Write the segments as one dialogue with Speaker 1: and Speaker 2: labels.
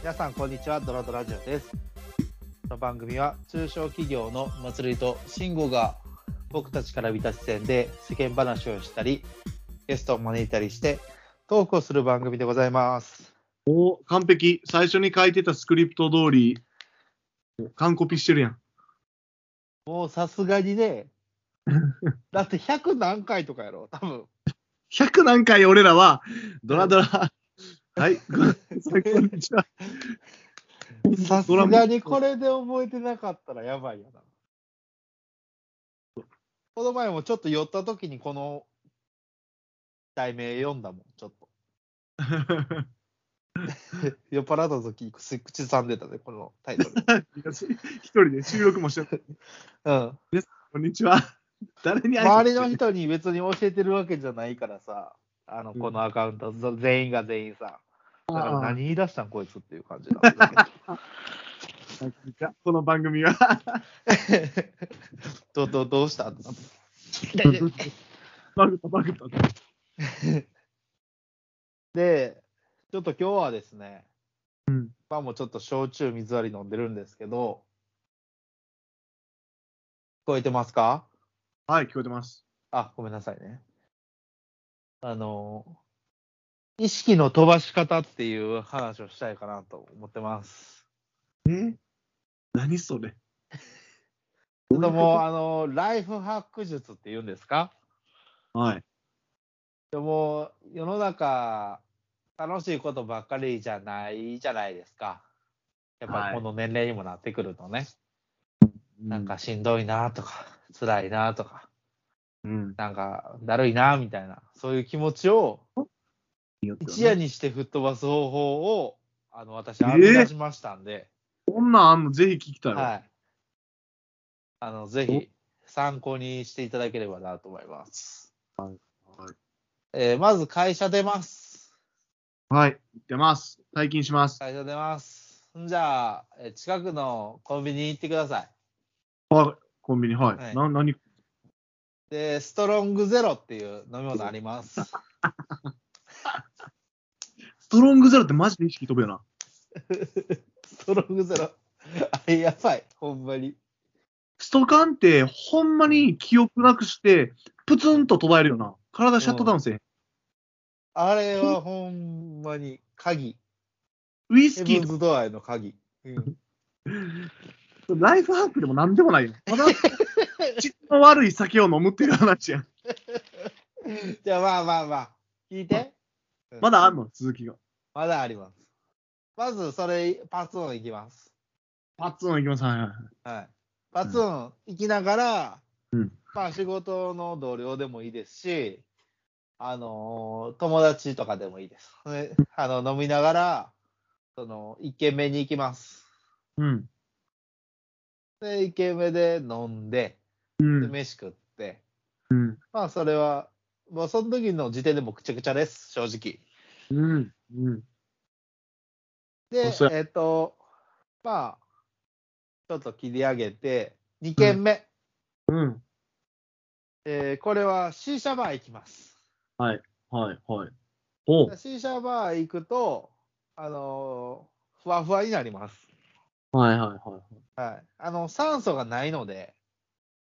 Speaker 1: 皆さんこんにちはドラドラジオですこの番組は中小企業の祭りと慎吾が僕たちから見た視線で世間話をしたりゲストを招いたりしてトークをする番組でございます
Speaker 2: お完璧。最初に書いてたスクリプト通り、完コピしてるやん。
Speaker 1: もうさすがにねだって100何回とかやろ多分
Speaker 2: 100何回俺らは、ドラドラ。はい、ごめんなさいこんにちは。
Speaker 1: さすがにこれで覚えてなかったらやばいよな。この前もちょっと寄った時にこの題名読んだもん、ちょっと。酔っ払った時、口口ずさんでたね、このタイト ル。
Speaker 2: 一人で収録もしてる。
Speaker 1: うん。
Speaker 2: こんにちは。誰に
Speaker 1: 周り
Speaker 2: して
Speaker 1: の
Speaker 2: る
Speaker 1: 人に別に教えてるわけじゃないからさ、あの、
Speaker 2: うん
Speaker 1: このアカウント、ぞ全員が全員さ。だから
Speaker 2: ああ
Speaker 1: 何言い出したんこいつっていう感じなんだけど。
Speaker 2: じゃあこの番組は
Speaker 1: どどどうしたってなって
Speaker 2: バグったバグった。
Speaker 1: で、ちょっと今日はですね、
Speaker 2: うん
Speaker 1: まあもうちょっと焼酎水割り飲んでるんですけど、聞こえてますか
Speaker 2: はい、聞こえてます。
Speaker 1: あ、ごめんなさいね。あの、意識の飛ばし方っていう話をしたいかなと思ってます。
Speaker 2: え何それ
Speaker 1: ちょっともう、あの、ライフハック術って言うんですか
Speaker 2: はい。
Speaker 1: でも、世の中、楽しいことばっかりじゃないじゃないですか。やっぱ
Speaker 2: はい
Speaker 1: この年齢にもなってくるとね。なんか、しんどいなとか、辛いなとか、
Speaker 2: うん。
Speaker 1: なんかだるいなみたいな、そういう気持ちを一夜
Speaker 2: に。
Speaker 1: にして吹っ飛ばす方法を、あの、私、
Speaker 2: えー
Speaker 1: 編み出しましたんで、
Speaker 2: こんなんあんのぜひ聞きたいわ。
Speaker 1: はい。あの、ぜひ、参考にしていただければなと思います。
Speaker 2: はい
Speaker 1: えーまず、会社出ます。
Speaker 2: はい。出ます。退勤します。
Speaker 1: 会社出ます。じゃあ、えー近くのコンビニ行ってください。
Speaker 2: はい。コンビニ、はい。
Speaker 1: はい
Speaker 2: な、何
Speaker 1: で、ストロングゼロっていう飲み物あり ます。
Speaker 2: ストロングゼロってマジで意識飛ぶよな。
Speaker 1: ストロングゼロ。あれ、やばい。ほんまに。
Speaker 2: ストカンって、ほんまに記憶なくして、プツンと途絶えるよな。体シャットダウンせえへん。
Speaker 1: あれはほんまに鍵。
Speaker 2: ウイ
Speaker 1: エ
Speaker 2: ス
Speaker 1: ブ
Speaker 2: キ
Speaker 1: ン
Speaker 2: ーと
Speaker 1: ズドアへの鍵。うん、
Speaker 2: ライフハックでも何でもないよ。た だ、質の悪い酒を飲むっていう話やん。
Speaker 1: じゃあまあまあまあ、聞いて。
Speaker 2: まだあんの続きが。
Speaker 1: まだあります。まずそれ、パツンいきます。
Speaker 2: パツンいきます。はいはいはい。
Speaker 1: はい。パツンいきながら、
Speaker 2: うん
Speaker 1: まあ仕事の同僚でもいいですし、あのー友達とかでもいいです。ねあの飲みながら、その、一軒目に行きます。
Speaker 2: うん。
Speaker 1: で、1軒目で飲んで、
Speaker 2: う
Speaker 1: で
Speaker 2: ん。
Speaker 1: 飯食って、
Speaker 2: うん。
Speaker 1: まあそれは、もうその時の時点でもうくちゃくちゃです、正直。
Speaker 2: うん。うん。
Speaker 1: で、
Speaker 2: そう
Speaker 1: えっ、と、まあ、ちょっと切り上げて、2軒目、
Speaker 2: うん。
Speaker 1: えーこれは C 社バー行きます。
Speaker 2: はいはい。おう
Speaker 1: C 社バー行くと、あのーふわふわになります。
Speaker 2: はいはいはい。
Speaker 1: はい。あの、酸素がないので、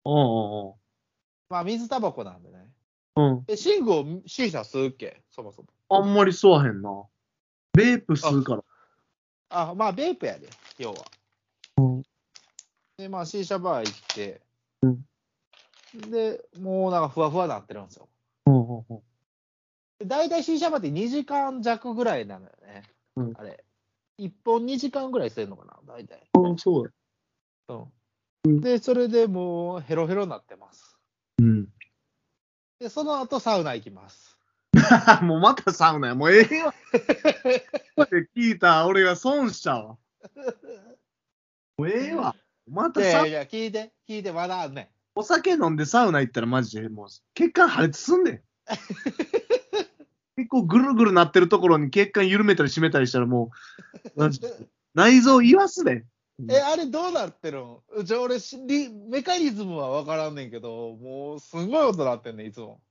Speaker 2: おう
Speaker 1: まあ水タバコなんでね。
Speaker 2: おうおううん。
Speaker 1: え、シングを C 社吸うっけそもそも。
Speaker 2: あんまり吸わへんな。ベープ吸うから。
Speaker 1: あ、まあベープやで、要は。
Speaker 2: うん。
Speaker 1: で、まあ、シーシャバー行って、
Speaker 2: うん
Speaker 1: で、もうなんかふわふわなってるんですよ。
Speaker 2: うん。うん。
Speaker 1: で大体シーシャバーって2時間弱ぐらいなのよね。
Speaker 2: うん
Speaker 1: あれ。1本2時間ぐらいしてるのかな、大体。
Speaker 2: ああ、そうだ。
Speaker 1: うん、で、それでもうヘロヘロになってます。
Speaker 2: うん。
Speaker 1: で、その後サウナ行きます。
Speaker 2: もうまたサウナや。もうええわ。ここで聞いた俺が損しちゃうわ。もうええわ。また
Speaker 1: で、い
Speaker 2: さ
Speaker 1: やいや、聞いて、聞いて、まだあんねん。
Speaker 2: お酒飲んでサウナ行ったらマジでもう血管破裂すんねん。結構ぐるぐるなってるところに血管緩めたり締めたりしたらもうマジ内臓言わすねん。
Speaker 1: え、あれどうなってるんうち俺しリ、メカニズムは分からんねんけど、もうすごい音なってんねん、いつも。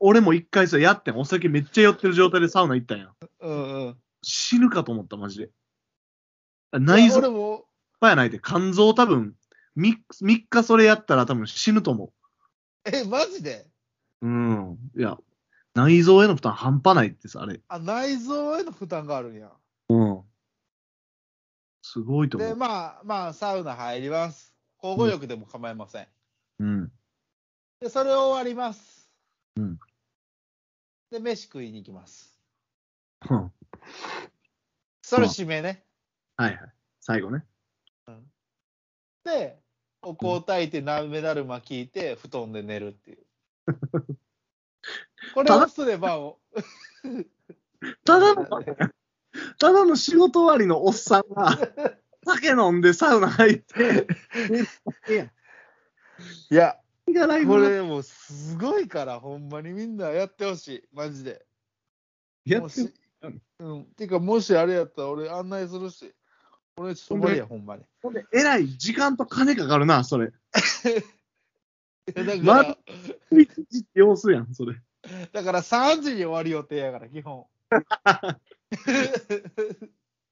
Speaker 2: 俺も一回さやってん。お酒めっちゃ酔ってる状態でサウナ行ったんや。
Speaker 1: うんうん。
Speaker 2: 死ぬかと思った、マジで。内臓
Speaker 1: いや俺も、
Speaker 2: ぱやないで、肝臓多分、3, 3日それやったら多分死ぬと思
Speaker 1: え、マジで
Speaker 2: う。うん。いや、内臓への負担半端ないってさ、あれ。
Speaker 1: あ、内臓への負担があるんや。
Speaker 2: うん。すごいと思
Speaker 1: で、
Speaker 2: う。
Speaker 1: まあ、まあ、サウナ入ります。交互浴でも構いません。
Speaker 2: うん。
Speaker 1: で、それを終わります。
Speaker 2: うん。
Speaker 1: で、飯食いに行きます。
Speaker 2: うんはい
Speaker 1: それ締めね。
Speaker 2: はい。最後ね。
Speaker 1: で、お香焚いて、なめだるま聞いて、布団で寝るって いう。これをすれば、お
Speaker 2: ただの、ただの仕事終わりのおっさん が、酒飲んでサウナ入って、
Speaker 1: いや、
Speaker 2: いがライブ
Speaker 1: こ
Speaker 2: の
Speaker 1: れもうすごいから、ほんまにみんなやってほしい、マジで。
Speaker 2: や
Speaker 1: も
Speaker 2: って
Speaker 1: しうん、てか、もしあれやったら俺案内するし、俺ちょっと無理や、ほんまに。
Speaker 2: ほんで、えらい時間と金かかるな、そ れ。
Speaker 1: いやだから、
Speaker 2: ま様子やん、それ。
Speaker 1: だから3時に終わる予定やから、基本。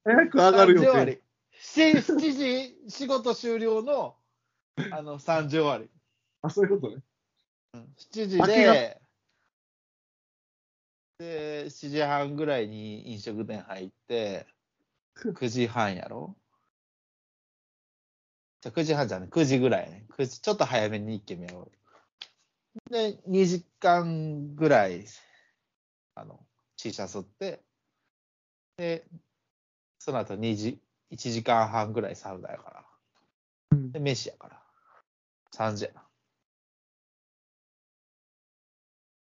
Speaker 2: 早く上がる
Speaker 1: 3時
Speaker 2: よ
Speaker 1: 終わり。7, 7時仕事終了のあの3時終わり。
Speaker 2: あ、そういうことね。
Speaker 1: うん7時
Speaker 2: 明けが
Speaker 1: で、で、7時半ぐらいに飲食店入って、9時半やろじゃ9時半じゃね、9時ぐらいね。9時、ちょっと早めに1軒目やろう。で、2時間ぐらい、あの、シーシャ吸って、で、その後2時、1時間半ぐらいサウナやから。
Speaker 2: うん
Speaker 1: で、飯やから。3時やな。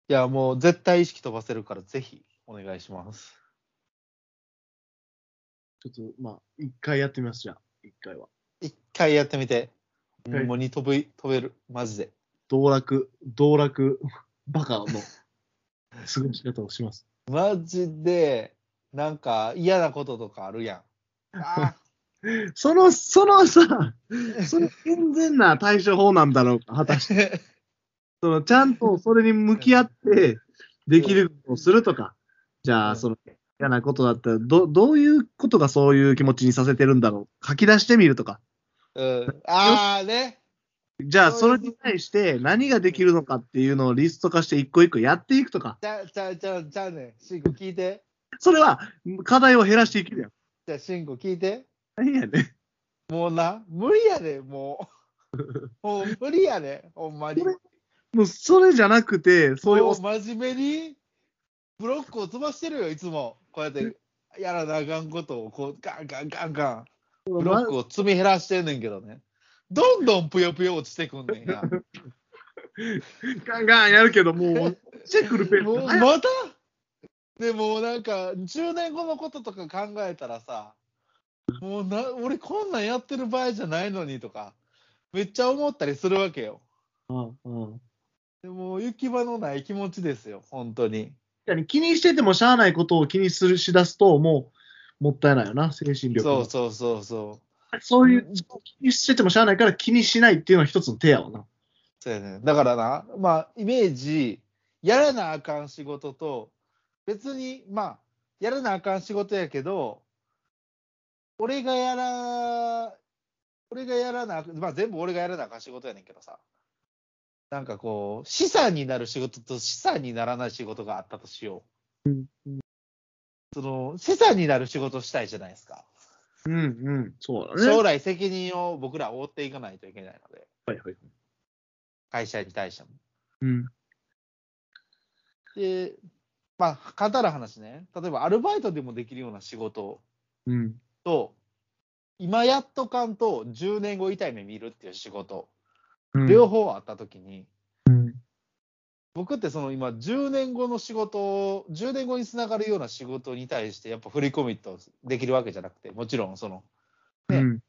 Speaker 1: いや、もう絶対意識飛ばせるから、ぜひお願いします。
Speaker 2: ちょっと、まあ、一回やってみます、じゃあ。一回は。
Speaker 1: 一回やってみて、
Speaker 2: はい
Speaker 1: もうに飛ぶ飛べる、マジで。
Speaker 2: 道楽、道楽、バカの過ごし方をします。
Speaker 1: マジで、なんか嫌なこととかあるや ん。あ
Speaker 2: その、そのさ、その健全な対処法なんだろうか、果たして。
Speaker 1: ー
Speaker 2: その、ちゃんとそれに向き合って、できることをするとか。じゃ
Speaker 1: うん
Speaker 2: あ、その、嫌なことだったら、ど、どういうことがそういう気持ちにさせてるんだろう。書き出してみるとか。
Speaker 1: うん、あーね。
Speaker 2: じゃあ、それに対して何ができるのかっていうのをリスト化して一個一個やっていくとか、
Speaker 1: ちゃ、ちゃ、ちゃ、ちゃうねん。シンコ聞いて。
Speaker 2: それは課題を減らしていけるやん。
Speaker 1: じゃあ、シンコ聞いて。
Speaker 2: 何やねん。
Speaker 1: もうな、無理やで、も う。もう無理やで、ほんまに。
Speaker 2: もうそれじゃなくて、そういう
Speaker 1: も
Speaker 2: お
Speaker 1: う真面目にブロックを飛ばしてるよ、いつも。こうやってやらなあかんことをこうガンガンガンガンブロックを積み減らしてんねんけどね。どんどんぷよぷよ落ちてくんねんや。
Speaker 2: ガンガンやるけど、もう、チェックルペ
Speaker 1: もう
Speaker 2: ース。
Speaker 1: またでもうなんか10年後のこととか考えたらさ、もうな俺こんなんやってる場合じゃないのにとか、めっちゃ思ったりするわけよ。
Speaker 2: うんうん
Speaker 1: でもう行き場のない気持ちですよ、本当に。
Speaker 2: 確かに気にしててもしゃあないことを気にするしだすと、もう、もったいないよな、精神力。
Speaker 1: そうそうそうそう。
Speaker 2: そういう、気にしててもしゃあないから気にしないっていうのは一つの手やわな。
Speaker 1: そうやね。だからな、まあ、イメージ、やらなあかん仕事と、別に、まあ、やらなあかん仕事やけど、俺がやら、俺がやらなあかん、まあ、全部俺がやらなあかん仕事やねんけどさ、なんかこう、資産になる仕事と資産にならない仕事があったとしよ
Speaker 2: うん
Speaker 1: う。その、資産になる仕事したいじゃないですか。
Speaker 2: うんうん、そうだね。
Speaker 1: 将来責任を僕ら負っていかないといけないので、
Speaker 2: はいはいはい
Speaker 1: 会社に対しても。
Speaker 2: うん。
Speaker 1: で、まあ、簡単な話ね、例えばアルバイトでもできるような仕事
Speaker 2: うん。
Speaker 1: と、今やっとかんと10年後痛い目見るっていう仕事、
Speaker 2: うん
Speaker 1: 両方あったときに、
Speaker 2: うん
Speaker 1: 僕ってその今、10年後の仕事を、10年後につながるような仕事に対して、やっぱ振りコミットできるわけじゃなくて、もちろんその、ね
Speaker 2: うん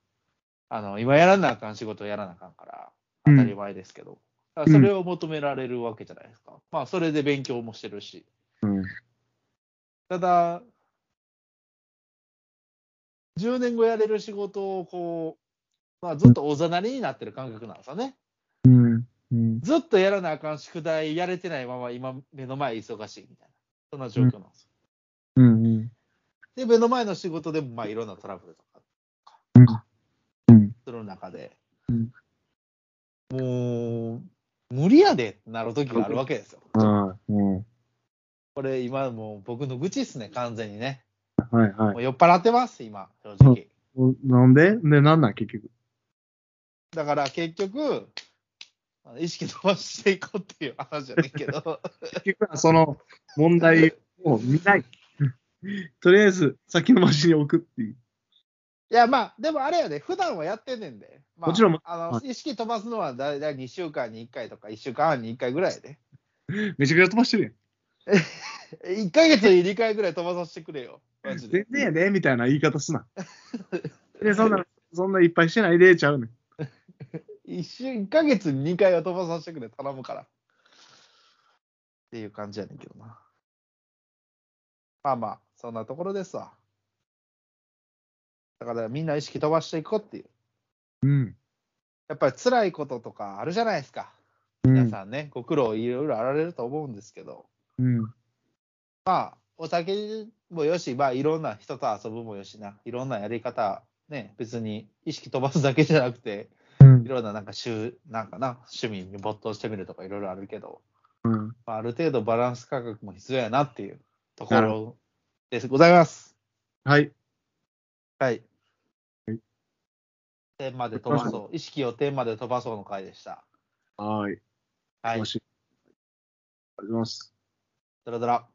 Speaker 1: あの今やらなあかん仕事をやらなあかんから、
Speaker 2: う
Speaker 1: 当
Speaker 2: ん
Speaker 1: たり前ですけど、だからそれを求められるわけじゃないですか。まあ、それで勉強もしてるし。
Speaker 2: うん
Speaker 1: ただ、10年後やれる仕事をこう、まあ、ずっとおざなりになってる感覚なんですよね。
Speaker 2: うんうん
Speaker 1: ずっとやらなあかん宿題やれてないまま今目の前忙しいみたいな、そんな状況なんですよ。
Speaker 2: うん
Speaker 1: で、目の前の仕事でも、まあ、いろんなトラブルとか、
Speaker 2: うん。
Speaker 1: する中で、
Speaker 2: うん
Speaker 1: もう、無理やでってなる時があるわけですよ。
Speaker 2: うん。うん。
Speaker 1: これ、今、もう僕の愚痴っすね、完全にね。
Speaker 2: はいは
Speaker 1: もう酔っ払ってます、今、正直。
Speaker 2: い。なんでで、なんなん結局。
Speaker 1: だから、結局、意識飛ばしていこうっていう話じゃないけど、
Speaker 2: 結局はその問題を見ない。とりあえず、先の街に置くっていう。
Speaker 1: いや、まあ、でもあれやで、普段はやってんねんで。まあ、
Speaker 2: もちろん
Speaker 1: あの、
Speaker 2: は
Speaker 1: 意識飛ばすのはだいたい2週間に1回とか、1週間半に1回ぐらいやで。
Speaker 2: めちゃくちゃ飛ばしてる
Speaker 1: 1ヶ月に2回ぐらい飛ばさせてくれよ。
Speaker 2: や
Speaker 1: マ
Speaker 2: ん。
Speaker 1: ジ
Speaker 2: 全
Speaker 1: で。
Speaker 2: 然やで、みたいな言い方す な。で、そんな、そんないっぱいしてないで、ちゃうねん。
Speaker 1: 1週、1ヶ月に2回は飛ばさせてくれ、頼むから。っていう感じやねんけどな。まあまあ、そんなところですわ。だからみんな意識飛ばしていこうっていう。
Speaker 2: うん。
Speaker 1: やっぱり辛いこととかあるじゃないですか。
Speaker 2: う
Speaker 1: 皆
Speaker 2: ん。
Speaker 1: さんね、ご苦労いろいろあられると思うんですけど。
Speaker 2: うん。
Speaker 1: まあ、お酒もよし、まあ、いろんな人と遊ぶもよしな、いろんなやり方、ね、別に意識飛ばすだけじゃなくて、いろんななんか趣なんかな趣味に没頭してみるとかいろいろあるけど、
Speaker 2: うん。
Speaker 1: まあ、ある程度バランス感覚も必要やなっていうとこ
Speaker 2: なるほ
Speaker 1: ろですございます。
Speaker 2: はい。
Speaker 1: はい。
Speaker 2: はい
Speaker 1: 点まで飛ばそう。意識を点まで飛ばそうの回でした。
Speaker 2: はい。
Speaker 1: はい
Speaker 2: 楽。しいありがとうございます。
Speaker 1: ドラドラ。